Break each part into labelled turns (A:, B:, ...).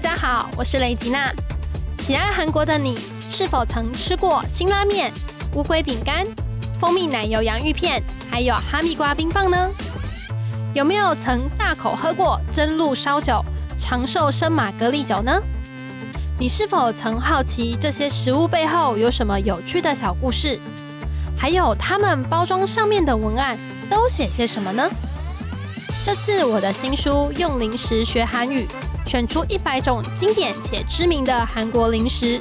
A: 家好，我是雷吉娜。喜爱韩国的你，是否曾吃过辛拉面、乌龟饼干、蜂蜜奶油洋芋片，还有哈密瓜冰棒呢？有没有曾大口喝过真露烧酒、长寿生马格利酒呢？你是否曾好奇这些食物背后有什么有趣的小故事？还有它们包装上面的文案都写些什么呢？这次我的新书《用零食学韩语》，选出一百种经典且知名的韩国零食，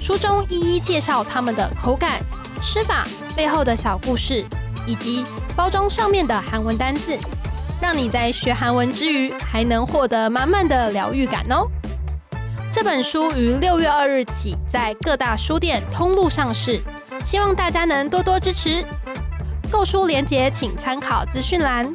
A: 书中一一介绍它们的口感、吃法、背后的小故事，以及包装上面的韩文单字，让你在学韩文之余还能获得满满的疗愈感哦。这本书于六月二日起在各大书店通路上市，希望大家能多多支持。购书链接请参考资讯栏。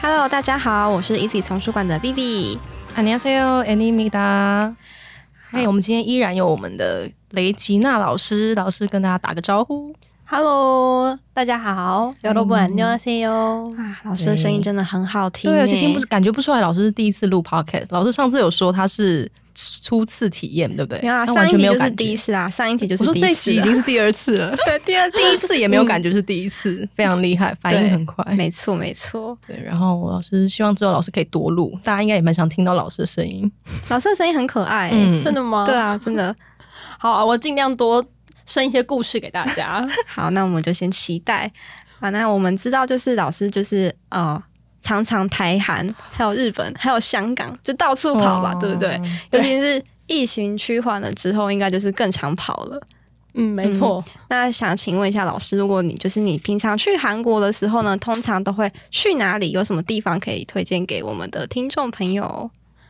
B: Hello，大家好，我是 Easy 丛书馆的 Vivi。
C: 안녕하세요， 애니입니다。嗨，我们今天依然有我们的雷吉娜老师，老师跟大家打个招呼。
A: Hello，大家好，여러분안녕하세요。
B: 啊，老师的声音真的很好听耶，欸
C: 对，而且听不感觉不出来，老师是第一次录 podcast。老师上次有说他是初次体验，对不对？
B: 没有啊，上
C: 他完
B: 一
C: 全
B: 集
C: 没有
B: 就是
C: 感觉
B: 第一。次啊，上一集就是
C: 我说
B: 第一次啊。
C: 这一集已经是第二次了，
B: 对第二
C: 第一次也没有感觉是第一次，非常厉害，反应很快。
B: 没错没错，
C: 对，然后老师希望之后老师可以多录，大家应该也蛮想听到老师的声音。
B: 老师的声音很可爱、欸。
C: 嗯，
A: 真的吗？
B: 对，啊，真的。
A: 好啊，我尽量多生一些故事给大 家。
B: 好，那我们就先期待啊。那我们知道，就是老师就是呃，常常台韩，还有日本，还有香港，就到处跑吧，
C: 哦
B: 对不对？尤其是疫情趋缓了之后，应该就是更常跑了。
A: 嗯，没错。
B: 那想请问一下老师，如果你就是你平常去韩国的时候呢，通常都会去哪里？有什么地方可以推荐给我们的听众朋友？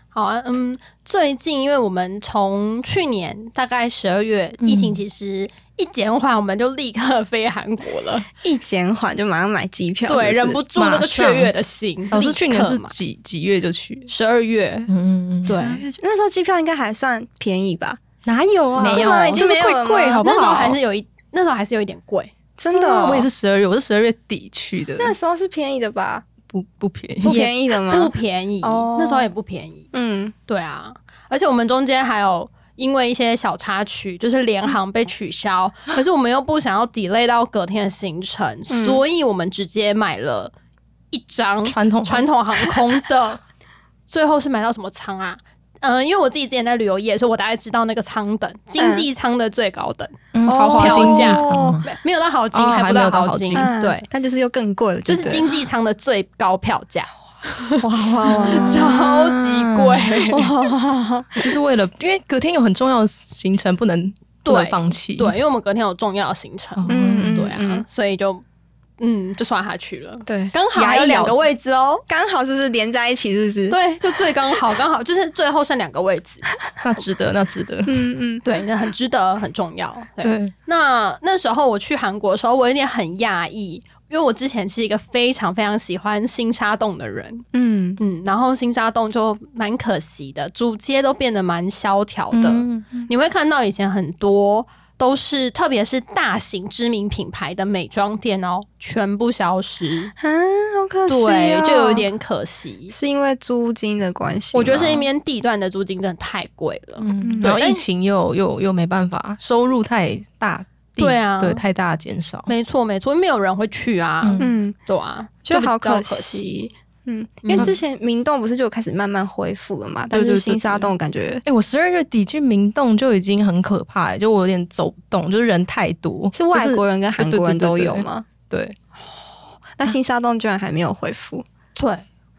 A: 好啊，嗯，最近因为我们从去年大概十二月、
C: 嗯
A: 疫情其实一减缓，我们就立刻飞韩国 了，
B: 一减缓就马上买机票，
A: 对，
B: 是
A: 忍
B: 不
A: 不
B: 是
A: 住那个
C: 马上
A: 雀跃的心。
C: 老师去年是
A: 立刻嘛
C: 几几月就去？
A: 十二月，
C: 嗯嗯嗯，
A: 对，
B: 那时候机票应该还算便宜吧？
C: 哪有啊？
A: 没有
B: 是吗已经
C: 就是
B: 没有了
C: 贵
B: 吗
C: 贵，好不好？
A: 那时候还是有一，那时候还是有一点贵，
B: 真的
C: 对啊
B: 哦、
C: 我也是十二月，我是十二月底去的，
B: 那时候是便宜的吧？
C: 不不便宜
B: 不。便宜的吗？
C: 嗯
A: 不便宜，
B: 哦
A: 那时候也不便宜。
B: 嗯，
A: 对啊，而且我们中间还有因为一些小插曲，就是
C: 嗯
A: 联航被取消，可是我们又不想要 delay 到隔天的行程，
B: 嗯
A: 所以我们直接买了一张
C: 传统
A: 传统 航空的，最后是买到什么舱啊？嗯，因为我自己之前在旅游业，所以我大概知道那个舱等，经济舱的最高等，
C: 嗯
B: 哦
C: 豪华
A: 票
C: 金价
A: 价，没没有到豪金，
C: 哦
A: 还
C: 还
A: 不
C: 没有到
A: 豪
C: 豪
A: 金，
C: 金
B: 嗯
A: 对，，
B: 但就是又更贵了，
A: 就是
B: 今
A: 经济舱的最高票价，
C: 哦
B: 哇哇哇
A: 哦超级贵。
C: 就是为了 因为隔天有很重要的行程，不能不能
A: 对
C: 放弃。
A: 对，因为我们隔天有重要的行
C: 哦
A: 程，
B: 嗯嗯
A: 对啊，所以就嗯就刷下去了，
B: 对，
A: 刚好还
B: 牙
A: 有
B: 医嗯
A: 两
B: 老
A: 个位置哦。
B: 刚好就是连在一起，是不是？，
A: 对，就最刚好，刚好就是最后剩两个位 置，
C: 那值得，那值得。
B: 嗯嗯，
A: 对，那很值得，很重要。对，，那那时候我去韩国的时候，我有点很讶异，因为我之前是一个非常非常喜欢新沙洞的人，
B: 嗯
A: 嗯，然后新沙洞就蛮可惜的，主街都变得蛮萧条的，
B: 嗯
A: 你会看到以前很多都是，特别是大型知名品牌的美妆店哦，全部消失，
B: 啊，好可惜、哦，
A: 对，就有一点可惜。
B: 是因为租金的关系吗，
A: 我觉得是因为地段的租金真的太贵了，
C: 嗯，
A: 对
C: 然后
A: 但
C: 疫情又又又没办法，收入太大，地
A: 对啊
C: 对，太大减少。
A: 没错没错，没有人会去啊，
C: 嗯
B: 嗯，
A: 对啊，
B: 就
A: 比
B: 好
A: 较
B: 可
A: 可惜。
B: 惜。嗯，因为之前明洞不是就开始慢慢恢复了嘛，但
C: 对
B: 是
C: 对
B: 新
C: 对
B: 沙
C: 对
B: 洞感觉
C: 哎、我十二月底去明洞就已经很可怕、欸，就我有点走不动，就是人太多，
B: 是外
C: 就是
B: 国人跟韩国人
C: 对对对
B: 都
C: 对
B: 有吗？
C: 对，
A: 啊
B: 那新沙洞居然还没有恢复，
A: 对，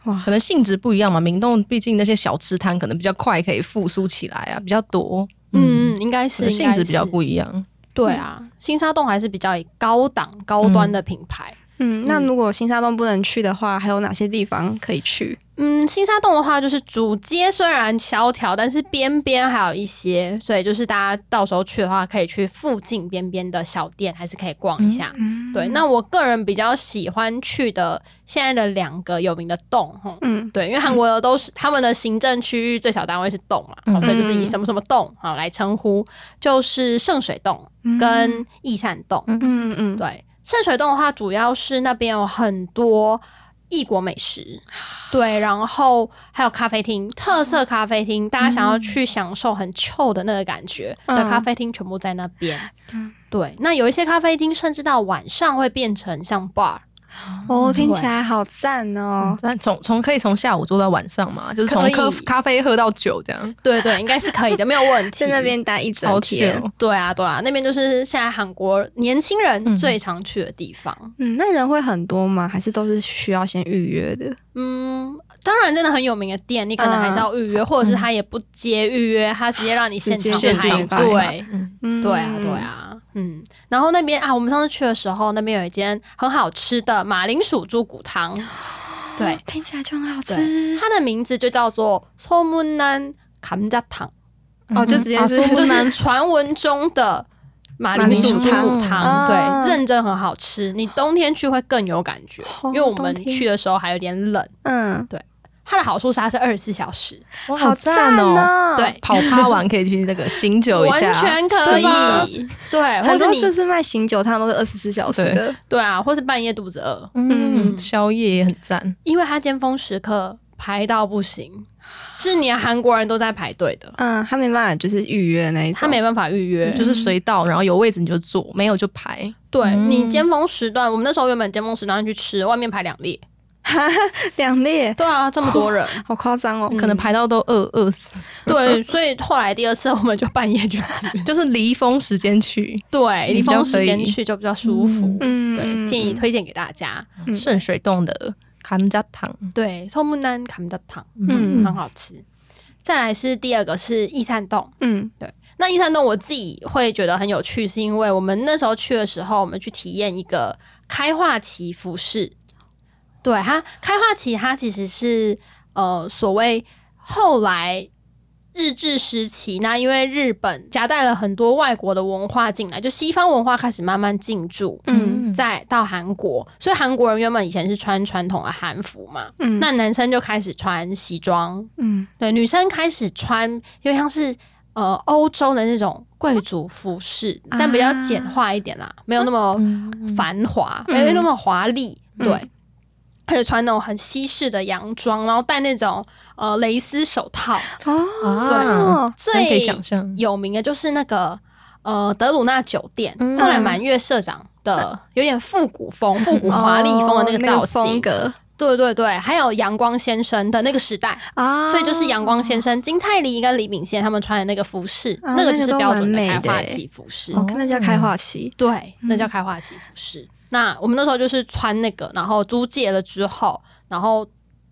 B: 哇
C: 可！能性质不一样嘛。明洞毕竟那些小吃摊可能比较快可以复苏起来啊，比较多，
A: 嗯，嗯，应该是
C: 可能性质比较
A: 应该是
C: 不一样。
A: 对啊。新沙洞还是比较以高档高端的品牌，
B: 嗯，那如果新沙洞不能去的话，还有哪些地方可以去？
A: 嗯，新沙洞的话，就是主街虽然萧条，但是边边还有一些，所以就是大家到时候去的话，可以去附近边边的小店，还是可以逛一下。对，
C: 嗯
A: 那我个人比较喜欢去的现在的两个有名的洞，吼，
B: 嗯，
A: 对，因为韩国的都是他们的行政区域最小单位是洞嘛，
C: 嗯
A: 哦所以就是以什么什么洞好来称呼，就是圣水洞
C: 嗯
A: 跟义善洞。
B: 嗯嗯，
A: 对，圣水洞的话，主要是那边有很多异国美食，对，然后还有咖啡厅，特色咖啡厅，大家想要去享受很臭的那个感觉的
B: 嗯
A: 咖啡厅，全部在那边。对，那有一些咖啡厅甚至到晚上会变成像 bar，啊
B: 哦，听起来好赞
A: 嗯
B: 哦。
C: 那从从可以从下午做到晚上嘛，就是从
A: 可以
C: 咖咖啡喝到酒这样，
A: 对对，应该是可以的，没有问题。
B: 在那边待一
C: 好
B: 整天，
C: 甜。
A: 对啊，对啊，那边就是现在韩国年轻人
C: 嗯
A: 最常去的地方。
B: 嗯，那人会很多吗？还是都是需要先预约的？
A: 嗯，当然，真的很有名的店，你可能还是要预约，或者是他也不接预约，他直接让你现场
B: 嗯直接
A: 排
B: 现场
A: 队。
C: 排嗯，
B: 嗯，
A: 对啊，对，啊，嗯，然后那边啊，我们上次去的时候，那边有一间很好吃的马铃薯猪骨 汤，对，
B: 听起来就很好
A: 对
B: 吃。
A: 它的名字就叫做소문난감자탕，
C: 嗯
A: 嗯啊
B: 哦，就直接是
A: 就
B: 就是
A: 是传闻中的马铃薯猪骨汤，
B: 嗯
A: 对，认真很好吃。你冬天去会更有感觉，
B: 哦
A: 因为我们
B: 冬天
A: 去的时候还有点冷。
B: 嗯，
A: 它的好处是它是二十四小时，
C: 哇
B: 好赞！哦。
A: 对
C: 跑趴完可以去那个醒酒一
A: 完
C: 下，
A: 全可
C: 是吧。
A: 以。对，或
B: 很
A: 是
B: 多
A: 你
B: 就是卖醒酒汤都是二十四小时的，
A: 对啊，或是半夜肚子饿，
C: 嗯，宵夜也很赞。
A: 因为它尖峰时刻排到不行，是连韩国人都在排队的，
B: 嗯，他没办法就是预约那一种，
A: 他没办法预约。
C: 就是随到，然后有位置你就坐，没有就排。
A: 对、你尖峰时段，我们那时候原本尖峰时段去吃，外面排两列。
B: 两列，
A: 对啊，这么多人，
B: 好夸张
A: 嗯
B: 哦。
C: 可能排到都饿饿死，
A: 对，所以后来第二次我们就半夜去吃。
C: 就是离峰时间去
A: 对，
C: 嗯
A: 离
C: 比较
A: 峰时
C: 可
A: 间
C: 以
A: 去就比较舒服。
B: 嗯，
A: 对，建议推荐给大家。
B: 嗯
C: 圣水洞的康家堂。
A: 对，松木南卡姆的汤
B: 嗯
A: 很好吃。再来是第二个是益善洞，
B: 嗯
A: 那益善洞我自己会觉得很有趣，是因为我们那时候去的时候，我们去体验一个开化旗服饰。对它开化旗，它其实是呃所谓后来日治时期，那因为日本夹带了很多外国的文化进来，就西方文化开始慢慢进驻，
B: 嗯
A: 再到韩国，所以韩国人原本以前是穿传统的韩服嘛，
B: 嗯
A: 那男生就开始穿西装，
B: 嗯
A: 对，女生开始穿有点像是呃欧洲的那种贵族服饰，
B: 啊
A: 但比较简化一点啦，没有那么繁华，
B: 嗯
A: 没有那么华丽，
B: 嗯
A: 对。而且穿那种很西式的洋装，然后戴那种呃蕾丝手套。
C: 啊，
B: 哦，
C: 真可以
A: 最
C: 想象。
A: 有名的就是那个呃德鲁纳酒店，
C: 嗯
A: 后来满月社长的
B: 啊
A: 有点复古风、复古华丽风的那个造型。
B: 哦风格
A: 对对对，还有阳光先生的那个时代，
B: 啊
A: 所以就是阳光先生、金泰梨跟李秉宪他们穿的那个服饰，
B: 啊
A: 那个就是标准的
B: 那
A: 开
B: 个都蛮
A: 化
B: 美的
A: 旗服饰。
B: 哦，那叫开化期，
A: 对，那叫开化旗服饰。嗯那我们那时候就是穿那个，然后租借了之后，然后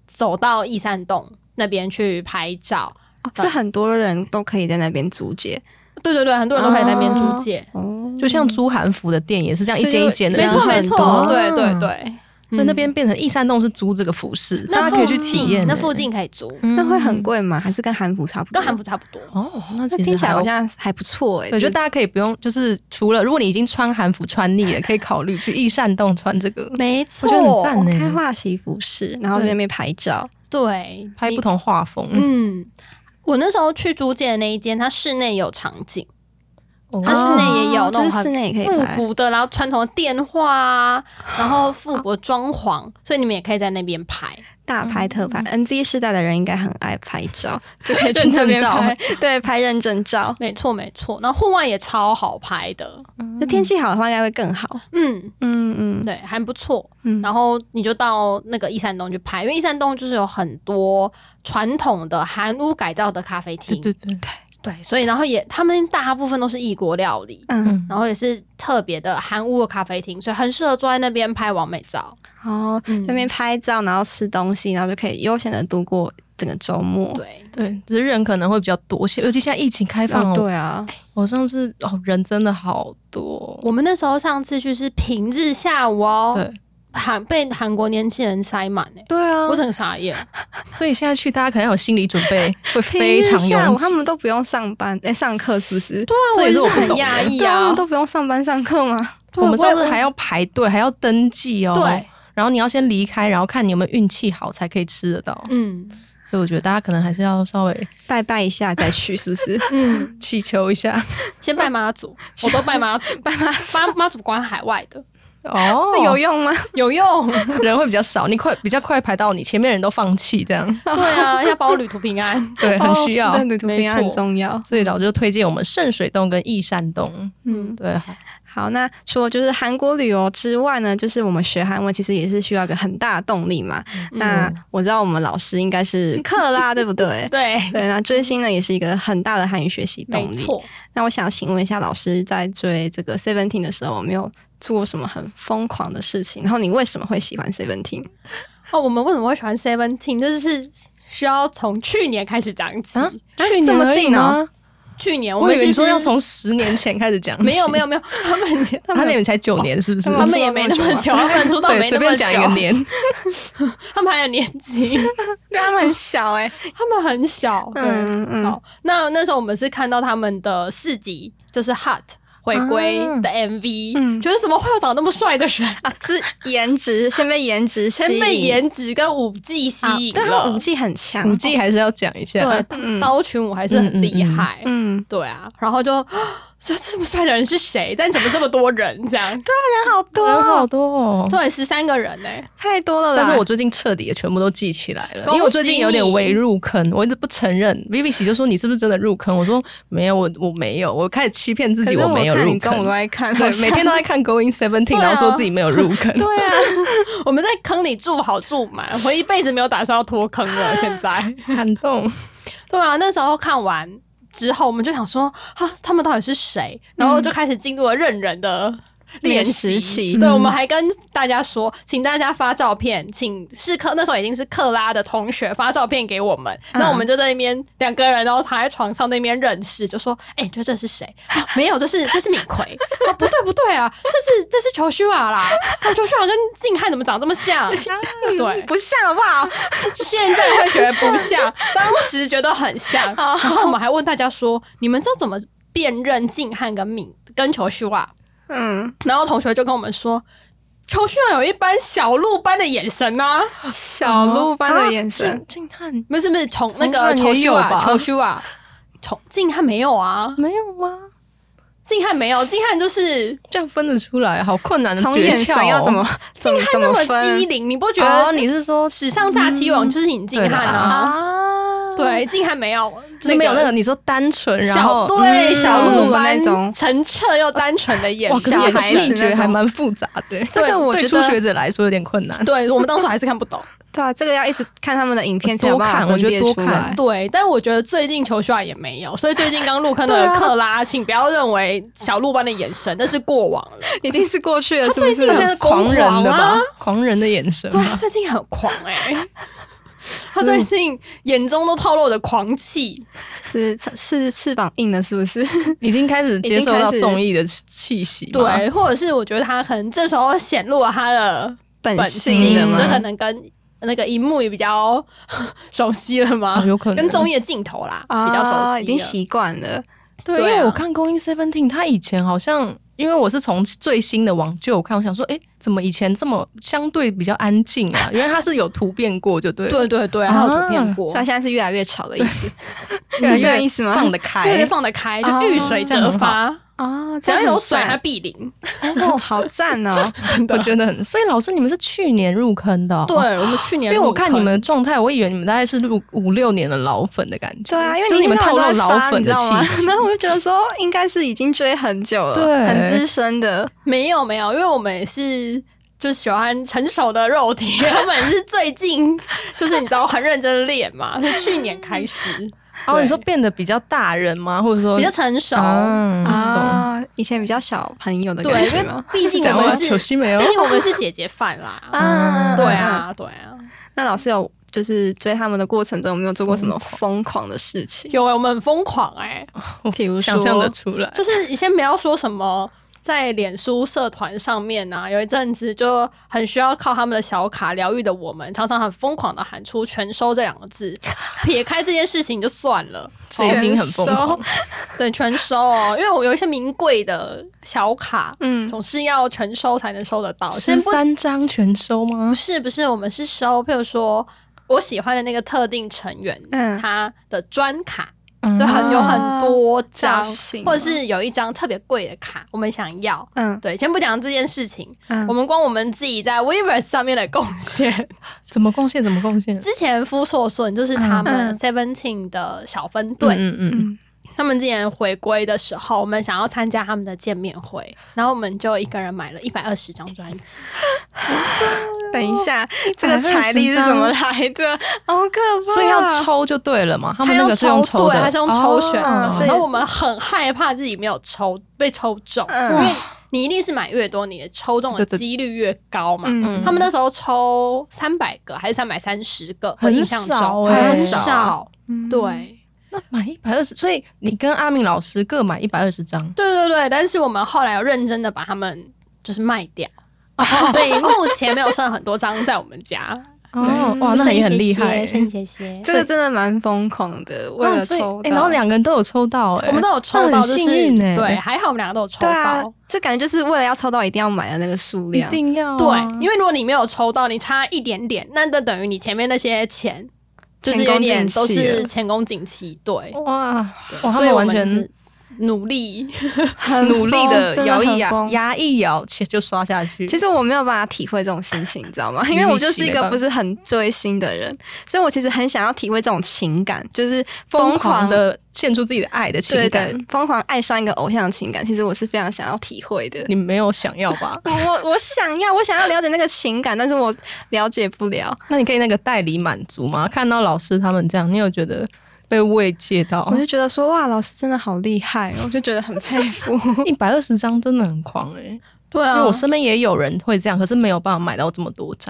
A: 走到义山洞那边去拍照。
B: 哦是很多人都可以在那边租借
A: 对对对，很多人都可以在那边租借，
B: 哦，
C: 就像租韩服的店也是这样一间一间的，
A: 没错
C: 就是
A: 没
C: 很多
A: 错，对对对。
C: 所以那边变成义山洞是租这个服饰，大家可以去体验。
A: 那附近可以租，
B: 那会很贵吗？还是跟韩服差不
A: 嗯
B: 多？
A: 跟韩服差不多。
C: 哦，那
B: 那
C: 其实
B: 听起来
C: 还
B: 好
C: OK
B: 像还不错哎，
C: 我觉得大家可以不用，就是除了如果你已经穿韩服穿腻了，可以考虑去益善洞穿这个，
A: 没
C: 我觉得很赞呢、
B: 开化期服饰，然后在那边拍照，
A: 对，
C: 拍不同画风，
A: 嗯，我那时候去租借的那一间，它室内有场景，
C: 哦
A: 它室内也有那
B: 就
A: 种
B: 是室
A: 很
B: 内
C: 哎
B: 也可以
A: 复
B: 拍，
A: 古的，然后传统的电话啊，然后复古的装潢，所以你们也可以在那边拍。
B: 大拍特
A: 嗯
B: 拍。NZ 世代的人应该很爱拍 照，就可以去那边
C: 认证照
B: 拍， 对，拍认证照。
A: 没错，没错。然后户外也超好拍的，
B: 那天气好的话，应该会更好。
A: 嗯，
B: 嗯嗯
A: 对，还不错。
B: 嗯
A: 然后你就到那个义山洞去拍，因为义山洞就是有很多传统的韩屋改造的咖啡
C: 对
A: 厅，
C: 对对，
A: 对，所以然后也他们大部分都是异国料理，
B: 嗯，
A: 然后也是特别的韩屋的咖啡厅，所以很适合坐在那边拍完美照。
B: 哦，这边拍照，然后吃东西，然后就可以悠闲的度过整个周末。
A: 对，
C: 对，只是人可能会比较多，尤其现在疫情开放
B: 哦
C: 哦，
B: 对啊，
C: 我上次哦人真的好多，
A: 我们那时候上次去是平日下午哦，
C: 对，
A: 韩被韩国年轻人塞满哎、
C: 对啊
B: 嗯
A: 我整个傻眼。
C: 所以现在去大家可能要有心理准备，会非常
B: 平日下
C: 拥
B: 午啊他
C: 挤。
B: 们都不用上班，哎、上课是不是？
A: 对啊，
C: 这
A: 我
C: 也
A: 也
C: 是
A: 是
C: 我不
A: 很
C: 懂的
A: 压抑
B: 对啊，他
A: 啊
B: 们。都不用上班上课吗？
A: 对
C: 啊我们上次
A: 也
C: 还要排队，还要登记哦。
A: 对，，
C: 然后你要先离开，然后看你有没有运气好才可以吃得到。
A: 嗯
C: 所以我觉得大家可能还是要稍微
B: 拜拜一下再去，是不是？
A: 嗯，
C: 祈求一下
A: 先拜妈祖，我都拜妈祖，
B: 拜妈
A: 妈妈祖关海外的
C: 哦
B: 有用吗？
A: 有 用。
C: 人会比较少，你快比较快排到你前面人都放弃这 样，
A: 对啊，要保旅途平安。
C: 对，很需
B: 哦
C: 要。
B: 对，旅途平安很
A: 没错
B: 重要。
C: 所以老师就推荐我们圣水洞跟益善洞，啊
A: 嗯，
C: 对，
B: 好，那除了就是韩国旅游之外呢，就是我们学韩文其实也是需要一个很大的动力嘛。那我知道我们老师应该是克拉，对不对？
A: 对，
B: 对，那追星呢也是一个很大的汉语学习
A: 没
B: 动力。
A: 错。
B: 那我想请问一下，老师在追这个 Seventeen 的时候，有没有做过什么很疯狂的事情？然后你为什么会喜欢 Seventeen？
A: 哦，我们为什么会喜欢 Seventeen？这就是需要从去年开始讲起。
C: 啊
B: 去年而已吗
C: 呢？
A: 去年
C: 啊我
A: 们
C: 以为
A: 其
C: 你
A: 实
C: 说要从十年前开始讲起，
A: 没有没 有没有，他们
C: 他们，他们才九年是不是？
A: 他们也没那么久，他们出道没
C: 啊对，随
A: 那
C: 便
A: 么
C: 讲一个
A: 久，
C: 年，
A: 他们还有年纪，
B: 对他们很小
C: 欸
B: 哎、
A: 他们很小。嗯，
B: 嗯嗯，
A: 好，那那时候我们是看到他们的四集，就是 Hot。回归的 MV，、
B: 啊嗯
A: 觉得怎么会有长那么帅的人？
B: 啊，是颜值，先被颜值吸
A: 先
B: 引，
A: 被颜值跟舞技吸
B: 啊
A: 引
B: 对他
A: 了，
B: 们武技很强，
C: 五 G 还是要讲一下。
A: 对，
B: 嗯
A: 刀群舞还是很厉害。
B: 嗯，
A: 对啊，然后就这这么帅的人是谁？但怎么这么多人这 样？对，啊
B: 人好多
C: 人好
B: 哦，
C: 多哦。
A: 对，十三个人呢、欸
B: 太多了啦。
C: 但是我最近彻底的全部都记起来了，
A: 恭喜
C: 因为我最近有点微入坑，我一直不承认。Vivi 喜就说你是不是真的入坑？我说没有，我我没有，我开始欺骗自
B: 可
C: 己
B: 是
C: 我
B: 我
C: 没有
B: 看
C: 入
B: 你中午都
C: 坑。
B: 在看，
C: 对，每天 都在看 Going Seventeen，、然后
B: 啊
C: 说自己没有入坑。
B: 对啊，
A: 我们在坑里住好住满，我一辈子没有打算要脱坑 了。现在，
C: 感动。
A: 对啊，那时候看完之后，我们就想说啊，他们到底是谁？然后就开始进入了认人的。练习
B: 嗯练习期嗯
A: 对，我们还跟大家说，请大家发照片，请是克那时候已经是克拉的同学发照片给我们，
B: 嗯
A: 那、我们就在那边两个人，然后躺在床上那边认识，就说，哎、你觉得这是谁？啊没有，这是 这是敏奎，啊，不对不对啊，这是这是裘须瓦啦，啊裘须瓦跟静汉怎么长这么像？对，
B: 嗯不像好不好？
A: 现在会觉得不像， 当时觉得很像。然后我们还问大家说，你们知道怎么辨认静汉跟敏跟裘旭啊？
B: 嗯，
A: 然后同学就跟我们说。裘旭啊，有一般小鹿般的眼神呐、啊，
B: 小鹿般的眼神，
C: 哦啊，静静汉
A: 不是不是，从那
C: 从那
A: 个
C: 也
A: 裘旭
C: 有
A: 啊，
C: 吧
A: 裘旭啊，从静汉没有啊，
C: 没有吗？
A: 静汉没有，静汉就是
C: 这样分得出来，好困难的
B: 从
C: 诀
B: 眼
C: 窍、
B: 神
C: 哦。
B: 要 怎么怎么
A: 他
B: 怎
A: 那
B: 么
A: 么机
B: 分
A: 灵，你不觉
C: 哦，
A: 得
C: 你是说
A: 史上大欺王就是尹静汉啊？
B: 啊？
A: 对，静汉没有，
C: 就是没有那个你说单纯，然
A: 小
C: 后
A: 对
B: 嗯
A: 小鹿
B: 的
A: 般
B: 那种
A: 澄澈又单纯的眼
C: 哇，可
A: 神，
C: 是
B: 小孩
C: 眼
B: 子
C: 力
B: 那
C: 觉
B: 种
C: 还蛮复杂的。
B: 这个我
C: 对
B: 觉
C: 初
B: 得
C: 学者来说有点困难。
A: 对我们当时还是看不懂。
B: 对啊，这个要一直看他们的影片才有
C: 多
B: 办法
C: 看我
B: 分
C: 觉得
B: 辨
C: 多
B: 出
C: 看
B: 来。
A: 对，但我觉得最近球帅也没有，所以最近刚 入坑
C: 对
A: 的
C: 啊
A: 克拉，请不要认为小鹿般的眼神，那是过往了。
B: 已经是过去了，是不
A: 最
B: 是？
A: 近
C: 现在是狂人
A: 很疯
C: 的吧
A: 狂啊？
C: 狂人的眼神
A: 对，啊嗯他
C: 吧？
A: 最近很狂哎、 他最近眼中都透露着狂气，
B: 是是翅膀硬了，是不是？
C: 已经开始接受
B: 已经
C: 到
B: 开始
C: 综艺的气息嘛。
A: 对，或者是我觉得他可能这时候显露了他的
B: 本
A: 本
B: 性
A: 性，
B: 的
C: 嘛
A: 就可
B: 吗？
A: 能跟那个荧幕也比较 熟悉了嘛，
C: 哦有可能
A: 跟综艺的镜头啦、比较熟悉
B: 啊
A: 了，
B: 已经习惯了。
C: 对，因
A: 对啊
C: 为我看《Going Seventeen》，他以前好像，因为我是从最新的网剧我看，我想说，哎，怎么以前这么相对比较安静 啊？原来他是有突变过，就对了，
A: 对对对，还有图片过
B: 所以，他现在是越来越吵的意思，
C: 越来
B: 是这样
C: 越
B: 意思吗
C: 放
A: 越
C: 得
A: 来
C: 开
A: 越。放得开，
B: 哦
A: 就遇水
C: 这样
A: 则
C: 很好
A: 发，
B: 啊，
A: 只
B: 这
A: 要
B: 样
A: 有
B: 很
A: 水
B: 赞
A: 它必灵。
B: 哦， 好赞哦！
C: 我觉得很，所以老师，你们是去年入坑的、哦，
A: 对，，我们去
C: 因
A: 年
C: 为我
A: 入
C: 看
A: 坑
C: 你们的状态，我以为你们大概是入五六年的老粉的感觉，
B: 对啊，因为
C: 就是
B: 你
C: 你们
B: 一天
C: 透
B: 到晚
C: 露
B: 都在
C: 老
B: 发
C: 粉
B: 你
C: 的
B: 知道吗，
C: 气 息
B: 然后我就觉得说，应该是已经追很久了，
C: 对
B: 很资深的。
A: 没有没有，因为我们也是就是喜欢成熟的肉 体，他们是最近就是你知道很认真练嘛，是 去年开始
C: 然后你说变得比较大人吗？或者说
A: 比较成熟。
C: 啊懂
B: 啊，以前比较小朋友的
A: 哦
B: 感
A: 对，因
B: 觉
A: 为
B: 吗？
A: 毕竟
C: 讲
A: 我
C: 完
A: 们是，
C: 球西没有
A: 毕？竟我们是姐姐范啦。
B: 啊
A: 对，啊，对啊，
B: 那老师有就是追他们的过程中，有没有做过什么疯狂的事 情？
A: 有欸、我们很疯狂哎、
B: 比如说
C: 想象得出来，
A: 就是你先不要说什么在脸书社团上面呢、有一阵子就很需要靠他们的小卡疗愈的我们，常常很疯狂的喊出“全收”这两个字。撇开这件事情就算了，
C: 这已经很疯狂了。
A: 对，全收哦，因为我有一些名贵的小卡，
B: 嗯
A: 总是要全收才能收得到。
C: 十
A: 先不
C: 三张全收吗
A: 不？是不是，我们是收，譬如说我喜欢的那个特定成员，
B: 嗯
A: 他的专卡
C: 嗯
A: 就很有很多张
B: 造，型
A: 或者是有一张特别贵的卡，我们想要。
B: 嗯
A: 对，先不讲这件事情，
B: 嗯
A: 我们光我们自己在 Weverse 上面的贡 献，
C: 怎么贡献？怎么贡献？
A: 之前夫硕顺就是他们
B: 嗯
A: Seventeen 的小分队，
C: 嗯嗯嗯，
B: 嗯
A: 他们之前回归的时候，我们想要参加他们的见面会，然后我们就一个人买了一百二十张专辑，
B: 等一下，这个财力是怎么来的？好可怕！
C: 所以要抽就对了嘛。他们那个是用
A: 用
C: 抽
A: 对
C: 的，
A: 他是用抽选的，
C: 哦
B: 所以
A: 然后我们很害怕自己没有抽被抽中，
B: 嗯
A: 因为你一定是买越多，你的抽中的
C: 对对
A: 几率越高嘛。
B: 嗯
C: 嗯
A: 他们那时候抽三百个还是三百三十个，我
C: 很
A: 印象中
C: 少嗯
B: 欸
A: 很
B: 很
C: 少
A: 少，
B: 嗯
A: 对。
C: 那买一百二十，所以你跟阿明老师各买一百二十张，
A: 对对对，但是我们后来有认真的把它们就是卖掉，啊 所以目前没有剩很多张在我们家。
C: 哦，哇，那
D: 剩一
C: 也很
D: 些
C: 厉
D: 些
C: 害。
D: 剩一些些。
B: 这个真的蛮疯狂的，为
C: 哇，
B: 了
C: 所以
B: 抽到。
C: 哎，然后两个人都有抽到，哎，
A: 我们都有抽
C: 那
A: 到，
C: 很
A: 就是
C: 幸运欸
A: 对，还好我们两个都有抽
B: 对啊
A: 到。，
B: 这感觉就是为了要抽到一定要买的那个数
C: 一
B: 量。
C: 定要啊
A: 对，因为如果你没有抽到，你差一点点，那就等于你前面那些钱就是
B: 前
A: 有
B: 功
A: 点
B: 尽
A: 都
B: 弃
A: 是
B: 了
A: 前功尽弃。对，
C: 哇哇，他
A: 所以
C: 们
A: 我
C: 完
A: 们就
C: 全
A: 是努力，
B: 很
C: 努力
B: 疯
C: 的
B: 真的
C: 摇啊
B: 很
C: 一摇，
B: 疯
C: 牙一摇，啊切就刷下去。
B: 其实我没有办法体会这种心情，你知道吗？因为我就是一个不是很追星的人，所以我其实很想要体会这种情感，就是
C: 疯狂
B: 狂
C: 的献出自己的爱的情
B: 对
C: 感
B: 的，疯狂爱上一个偶像的情感，其实我是非常想要体会的。？
C: 你没有想要吧
B: 哦我我想要，我想要了解那个情感，但是我了解不了。
C: 那你可以那个代理满足吗？看到老师他们这样，你有觉得被慰藉到
B: 我？就觉得说，哇，老师真的好厉害，哦我就觉得很佩服。
C: 一百二十张真的很狂哎、
A: 对
C: 因为
A: 啊
C: 我身边也有人会这样，可是没有办法买到这么多张。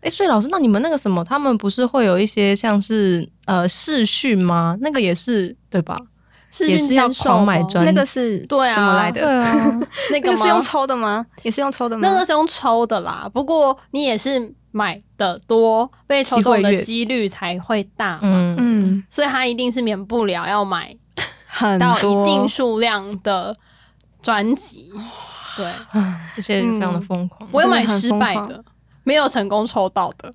C: 哎、所以老师，那你们那个什么，他们不是会有一些像是呃视讯吗？那个也是对吧？
A: 是
C: 也是要狂买专
B: 那个是
A: 对啊
B: 怎么来的？
C: 啊，
A: 那
B: 那
A: 个
B: 个是用
A: 吗？
B: 抽的吗？也是用抽的吗？
A: 那个是用抽的啦，不过你也是买的多，被抽中
C: 机会
A: 的
C: 越
A: 几率才会大嘛。
C: 嗯，
B: 嗯，
A: 所以他一定是免不了要买
B: 很
A: 到一
B: 多
A: 定数量的专辑。对
C: 啊这些非常的疯狂，
A: 我有买
B: 真的很
A: 失败
B: 疯
A: 的，没有成功抽到的，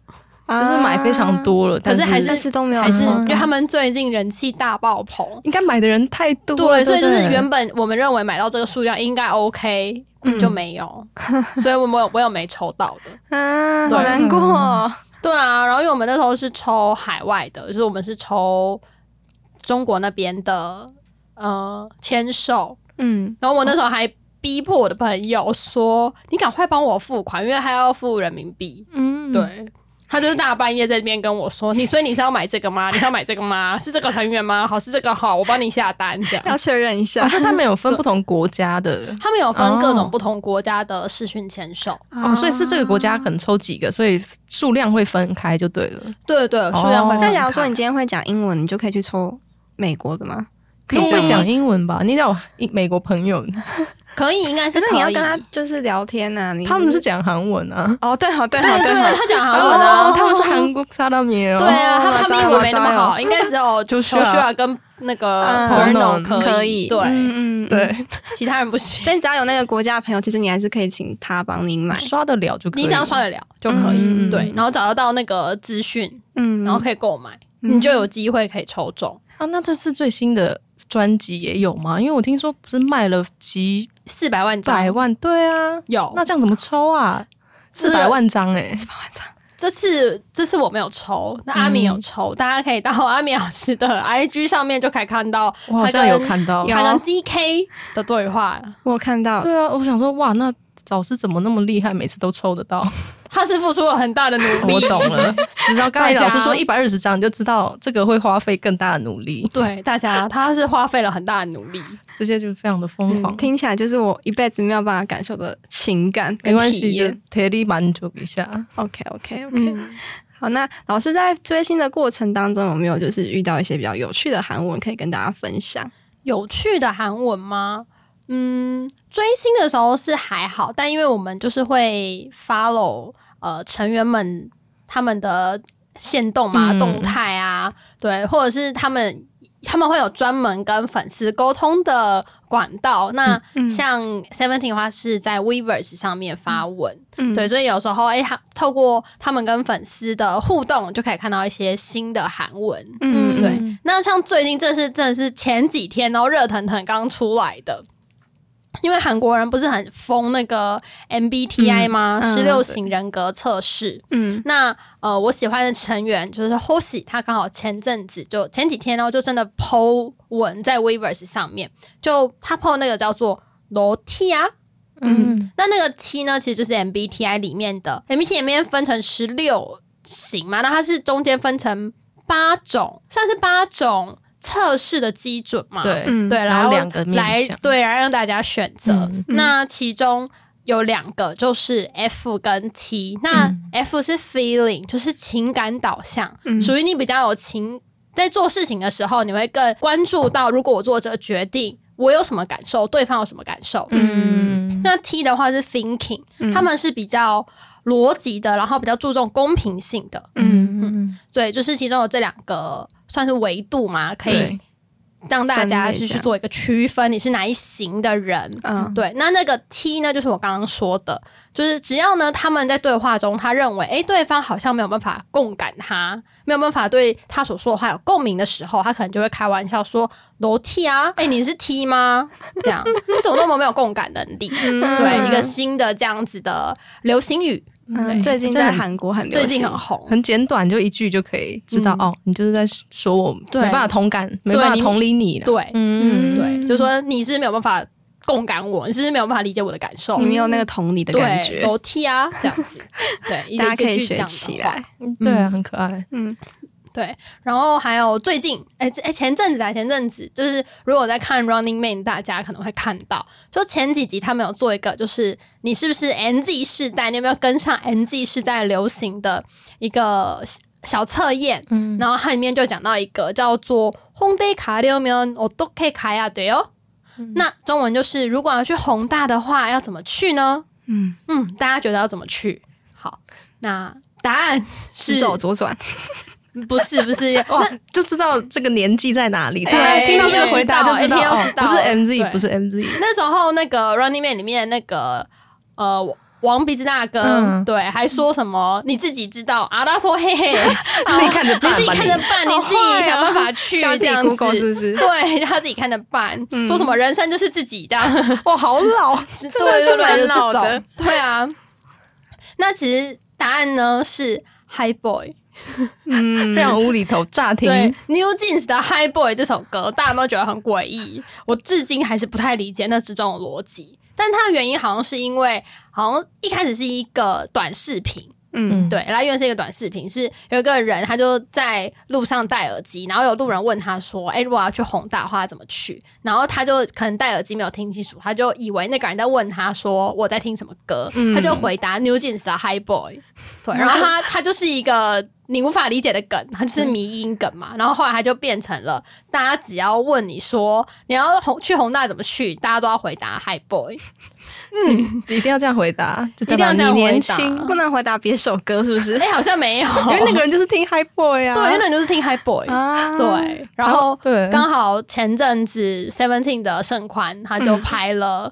C: 就是买非常多了，
A: 可是
C: 但
A: 还是
B: 啊但是嗯都没有
A: 还是
B: 很
A: 因
B: 多
A: 为他们最近人气大爆棚。
C: 应该买的人太多
A: 对，
C: 了，
A: 所以就
C: 不
A: 是原本我们认为买到这个数量应该 OK，就没有，所以我我有我有没抽到的。
B: 啊，
A: 对
B: 好难过、哦。
A: 对啊，然后因为我们那时候是抽海外的，就是我们是抽中国那边的呃签售，
B: 嗯，
A: 然后我那时候还逼迫我的朋友说：“你赶快帮我付款，因为他要付人民币。”
C: 嗯
A: 对，他就是大半夜在那边跟我说：“你所以你是要买这个吗？你是要买这个吗？是这个成员吗？好，是这个好，我帮你下单。”这
B: 要
A: 样，。
B: 确认一下
C: 好。像他们有分不同国家的
A: 他们有分各
C: 哦
A: 种不同国家的视讯签售，
C: 哦，所以是这个国家可能抽几个，所以数量会分开就对了。
A: 对对，数量会
C: 哦
A: 分
B: 那
A: 开。
B: 假如说你今天会讲英文，你就可以去抽美国的吗？
C: 可以会讲英文吧？你有英美国朋友，
A: 可以，应该
B: 可
A: 是
B: 是你要跟他
A: 可以
B: 就是聊天呐、你
C: 他们是讲韩文啊。
B: 哦，对好对好
A: 对对，
B: 对好
A: 对，他讲韩文啊
C: 哦，他们是韩国萨拉米哦。
A: 对啊，他他们
B: 糟了
A: 英文没那么
B: 糟了
A: 好，应该只 有
C: 就
A: 就是是
C: 啊
A: 啊跟那个
B: 嗯
A: Porno
C: Porno
A: 可
B: 可
A: 以，
B: 以
A: 对，
B: 嗯嗯嗯
C: 对，
A: 其他人不 行。
B: 所以只要有那个国家的朋友，其实你还是可以请他帮你买。
C: 刷得了就可以。
A: 你只要刷得了就可以，
B: 嗯
A: 对，然后找得到那个资讯，
B: 嗯
A: 然后可以购买，
C: 嗯
A: 你就有机会可以抽中
C: 啊？那这次最新的专辑也有吗？因为我听说不是卖了几
A: 四百万张
C: 百。万？对啊，
A: 有，
C: 那这样怎么抽啊？
A: 这
C: 四
A: 个
C: 百万张哎，
A: 这次这次我没有抽，
C: 嗯
A: 那阿明有抽，大家可以到阿明老师的 IG 上面就可以看到
C: 我好
A: 他
C: 像
A: 跟
C: 有看到。
A: 他跟 DK 的对话，
B: 我看到，
C: 对啊，我想说哇，那老师怎么那么厉害，每次都抽得 到？
A: 他是付出了很大的努
C: 我
A: 力，
C: 懂了，只要刚才
A: 大家
C: 老师说一百二十张，你就知道这个会花费更大的努力，
A: 对大家，他是花费了很大的努力，
C: 这些就非常的疯狂。
B: 听起来就是我一辈子没有办法感受的情感
C: 没
B: 跟
C: 关
B: 体
C: 系，就
B: 验。
C: 铁力满足一下。
B: OK OK OK，、
A: 嗯。
B: 好，那老师在追星的过程当中，有没有就是遇到一些比较有趣的韩文可以跟大家分享？
A: 有趣的韩文吗？
E: 嗯，
A: 追星的时候是还好，但因为我们就是会 follow 呃成员们他们的线动嘛、
C: 嗯
A: 动态啊，对，或者是他们他们会有专门跟粉丝沟通的管道。那
B: 嗯
A: 像 Seventeen 的话是在 Weverse 上面发文，
B: 嗯
A: 对，，所以有时候哎，他透过他们跟粉丝的互动，就可以看到一些新的韩文。
B: 嗯，
A: 对，那像最近这是真的是前几天哦，热腾腾刚出来的，因为韩国人不是很疯那个 MBTI 吗？
B: 嗯
A: 十六、型人格测试。
B: 嗯
A: 那呃，我喜欢的成员就是 Hoshi，他刚好前阵子就前几天哦，就真的 Po 文在 Weverse 上面，就他 Po 那个叫做楼梯啊，
C: 嗯
A: 那那个 T 呢，其实就是 MBTI 里面的 MBTI 里面分成十六型嘛，那它是中间分成八种，算是八种测试的基准嘛。
C: 对，
B: 嗯，
A: 对，
C: 然
A: 然
C: 后
A: 后
C: 两个面
A: 来
C: 向
A: 对，来让大家选择。
C: 嗯
A: 那其中有两个就是 F 跟 T，那
C: 嗯
A: F 是 feeling，就是情感导向，
B: 嗯
A: 属于你比较有情，在做事情的时候，你会更关注到，如果我做这个决定，我有什么感受，对方有什么感受。
C: 嗯
A: 那 T 的话是 thinking，、他们是比较逻辑的，然后比较注重公平性的。
C: 嗯，
A: 对，就是其中有这两个算是维度嘛，
B: 哎
A: 可以
C: 对，
A: 让大家
B: 分类
A: 去
B: 这
A: 去
B: 样
A: 做一个区分，你是哪一型的人。
B: 嗯
A: 对，那那个 T 呢，就是我刚刚说的，就是只要呢他们在对话中，他认为诶对方好像没有办法共感他，没有办法对他所说的话有共鸣的时候，他可能就会开玩笑说楼梯啊，诶你是 T 吗？这样为什么那么没有共感能力？对，一个新的这样子的流行语，
B: 嗯，最近在韩国很流
A: 最
B: 行
A: 近很红。
C: 很简短，就一句就可以知道哦，你就是在说我没
A: 嗯对
C: 办法同感，没
A: 对
C: 办法
A: 你
C: 同理你了。
A: 对
B: 嗯
C: 嗯，
A: 对，就说你是没有办法共感我，你是没有办法理解我的感受
B: 你。没有那个同理的感
A: 对，
B: 觉，
A: 楼梯啊，这样 子，对，一个
B: 大家可
A: 一
B: 以
A: 个句这
B: 学
A: 样的
B: 起
A: 话
B: 来。。
C: 对啊，很可爱。
B: 嗯
A: 对，然后还有最近，哎、这哎、前阵子啊，前阵子就是如果在看《Running Man》，大家可能会看到，就前几集他们有做一个，就是你是不是 NZ 世代，你有没有跟上 NZ 世代流行的一个小小测验？
C: 嗯
A: 然后它里面就讲到一个叫做 “Honda 卡六秒我都可以卡呀对哦”，那中文就是如果要去宏大的话，要怎么去呢？
B: 嗯，
A: 嗯，大家觉得要怎么去？好，那答案是
B: 直走 左转，
A: 不是不是
C: 哇，就知道这个年纪在哪里。啊
A: 对
C: 听到这个回答就知道，
A: 哎一听就
C: 哦
A: 知道
C: 不是
A: 对
C: MZ，不是 MZ。
A: 那时候那个《Running Man》里面那个呃王鼻子大哥，
C: 嗯
A: 对，还说什么你自己知道啊？他说嘿 嘿，
C: 自己看着
A: 你
C: 办
A: 自己
C: 吧，
A: 看着办，你自己想办法去
B: 哦 叫
A: 这
B: 自己
A: 样
B: Google 是
A: 子。
B: 不是？嗯
A: 对，他自己看着办，说什么人生就是自己 的，
C: 哇，好老，
A: 对
C: 的是
A: 对对，就
C: 蛮
A: 这
C: 老的
A: 种，对啊。那其实答案呢是 High Boy，
B: 嗯
C: 非常无厘头，乍听。
A: 对 New Jeans 的 High Boy 这首歌，大家有没有觉得很诡异？我至今还是不太理解那之中的逻辑。但它的原因好像是因为，好像一开始是一个短视频，
B: 嗯
A: 对，来源是一个短视频，是有一个人他就在路上戴耳机，然后有路人问他说：“哎、如果要去宏大的话怎么去？”然后他就可能戴耳机没有听清楚，他就以为那个人在问他说：“我在听什么歌？”他就回答 New Jeans 的 High Boy，对，然后他他就是一个你无法理解的梗，他
C: 嗯
A: 就是迷音梗嘛。然后后来他就变成了大家只要问你说你要宏去宏大怎么去，大家都要回答 High Boy，
C: 一定要这样回答，就代
A: 一定
C: 表
A: 要这
C: 你
A: 样回答
C: 年轻。
B: 不能回答别首歌是不是？
A: 哎、好像没有，
C: 因为那个人就是听 High Boy 啊，
A: 对，因为那个人就是听 High Boy，、
B: 啊，
A: 对，然后
C: 对
A: 刚好前阵子 Seventeen 的盛宽他
C: 嗯
A: 就拍了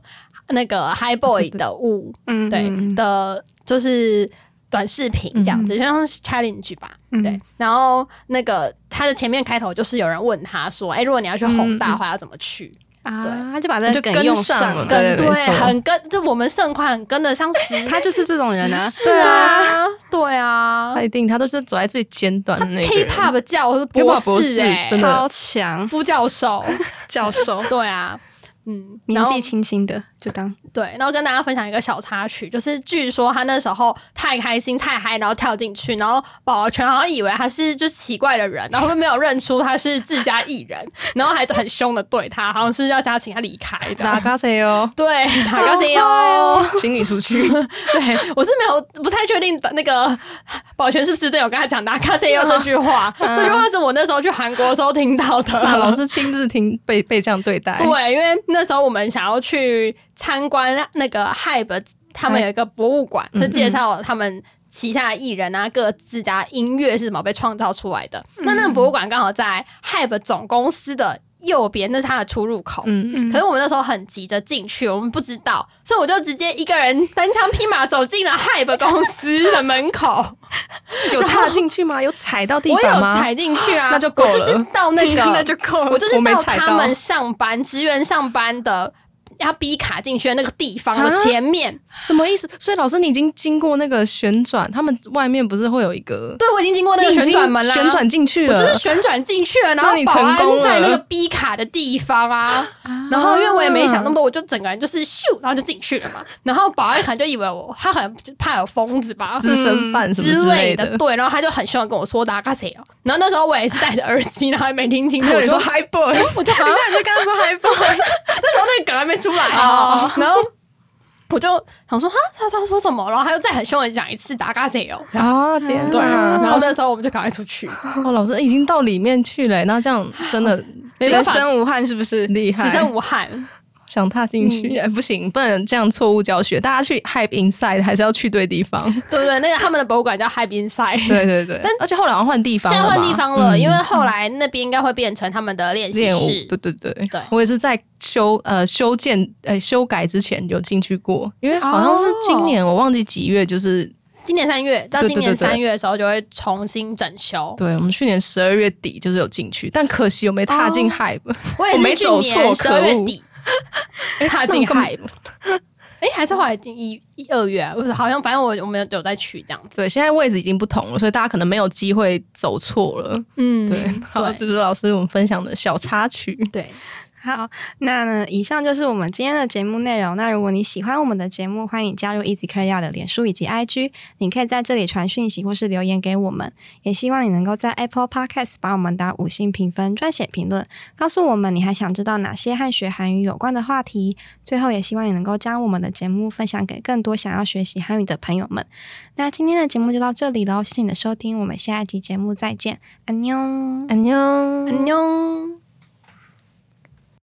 A: 那个 High Boy 的舞，
B: 嗯
A: 对
B: 嗯
A: 的，就是短视频这样
C: 嗯
A: 子，就像是 challenge 吧，对。然后那个他的前面开头就是有人问他说：“哎，如果你要去宏
C: 嗯
A: 大的话，要怎么去
B: 啊，
A: 对
B: 他就把这个
C: 就
B: 梗
C: 跟
B: 用
C: 上
B: 上
C: 了
B: 了，
A: 跟？”
C: 对没错
A: 很跟这我们盛宽很跟得上 时，
B: 他就是这种人啊，
A: 是啊，对啊
C: 他一定，他都是走在最尖端的那个人。
A: ，K-pop 教是
C: K-pop
A: 博
C: 博士
A: 士哎，
C: 真的
B: 超强
A: 夫教授，
B: 教授，
A: 对啊。嗯，
B: 年
A: 然后
B: 纪轻轻的就当
A: 对，然后跟大家分享一个小插曲，就是据说他那时候太开心太嗨，然后跳进去，然后保宝全好像以为他是就是奇怪的人，然后没有认出他是自家艺人，然后还很凶的对他，好像是要叫他请他离开这
C: 打
A: 样。
C: 卡谁哦？
A: 对，打高 C 哦，
C: 请你 出去。
A: 对我是没有不太确定那个保全是不是队友跟他讲的啊“卡塞要这句话，这句话是我那时候去韩国的时候听到的。
C: 啊嗯老师亲自听被被这样对待，
A: 对，因为那时候我们想要去参观那个 HYBE，他们有一个博物馆，
C: 哎
A: 就介绍他们旗下的艺人啊，各自家音乐是怎么被创造出来的。
C: 嗯
A: 那那个博物馆刚好在 HYBE 总公司的右边，那是它的出入口。
C: 嗯，
A: 可是我们那时候很急着进去，我们不知道，所以我就直接一个人单枪匹马走进了 HYBE 公司的门口。
C: 有踏进去吗？有踩到地
A: 我
C: 板
A: 有
C: 吗？
A: 踩进去啊，
C: 那就够了
A: 我就是到那个，
C: 那就够 了
A: 我就是
C: 我没
A: 到
C: 踩到
A: 他们上班职员上班的要 B 卡进去的那个地方的
C: 啊
A: 前面。
C: 什么意思？所以老师，你已经经过那个旋转，他们外面不是会有一个
A: 对，我已经经过那个
C: 你已
A: 旋
C: 经
A: 转门啦，啊
C: 旋转进去
A: 我
C: 了，
A: 就是旋转进去了，然
C: 那
A: 后
C: 你
A: 保
C: 成
A: 安
C: 功
A: 在那个
C: 了
A: B 卡的地方啊，然后因为我也没想那么多，我就整个人就是咻，然后就进去了嘛。然后保安可能就以为我，他可能就怕有疯子吧，
C: 私啊生饭什么
A: 之类
C: 类
A: 的，。对，然后他就很凶的跟我说打卡谁哦，然后那时候我也是戴着耳机，然后还没听清楚，
C: 还有
A: 我
C: 人
A: 就
C: 说 high boy，
A: 我就好像
C: 你就刚刚说 high boy，
A: 那时候那个梗还没出来，
C: 哦
A: 然后我就想说哈，他他说什么？然后他又再很凶的讲一次打嘎谁哦，这样
C: 啊天
A: 对，
C: 哪！
A: 然后那时候我们就赶快出去，
C: 哦，老师已经到里面去了，那这样真的
A: 没办
B: 全
A: 法
B: 身无汗是不是？
C: 厉害，
A: 此生无憾。
C: 想踏进去、
A: 嗯
C: 哎不行，不能这样错误教学。大家去 Hype Inside 还是要去对地方。
A: 对不对？那个他们的博物馆叫海滨赛，现
C: 对对对，
A: 但
C: 而且后来好像换地方
A: 在
C: 了吧，
A: 换地方了，
C: 嗯
A: 因为后来那边应该会变成他们的练习
C: 练舞，
A: 室
C: 对。对对，
A: 对
C: 我也是在修呃修建呃修改之前有进去过，因为好像是今年、我忘记几月，就是
A: 今年三月到
C: 对对
A: 今年
C: 对对
A: 三月的时候就会重新整修。
C: 对我们去年十二月底就是有进去，但可惜我没踏
A: 哦
C: 进 Hype，、
A: 我
C: 我
A: 也
C: 没
A: 是去
C: 走错
A: 年十二月
C: 可恶
A: 底 踏进
C: 那我干嘛
A: 海，哎，还是后来进一一二月啊，好像反正我我们有再去这样子。
C: 对，现在位置已经不同了，所以大家可能没有机会走错了。
A: 嗯，
C: 对，好，这是老师我们分享的小插曲。
A: 对，
B: 好，那呢，以上就是我们今天的节目内容。那如果你喜欢我们的节目，欢迎加入 Easy 科亚的脸书以及 IG，你可以在这里传讯息或是留言给我们。也希望你能够在 Apple Podcast 把我们打五星评分、撰写评论，告诉我们你还想知道哪些和学韩语有关的话题。最后，也希望你能够将我们的节目分享给更多想要学习韩语的朋友们。那今天的节目就到这里
A: 嗯
B: 喽，谢谢你的收听，我们下一集节目再见，安妞。
C: 安妞，
A: 安妞。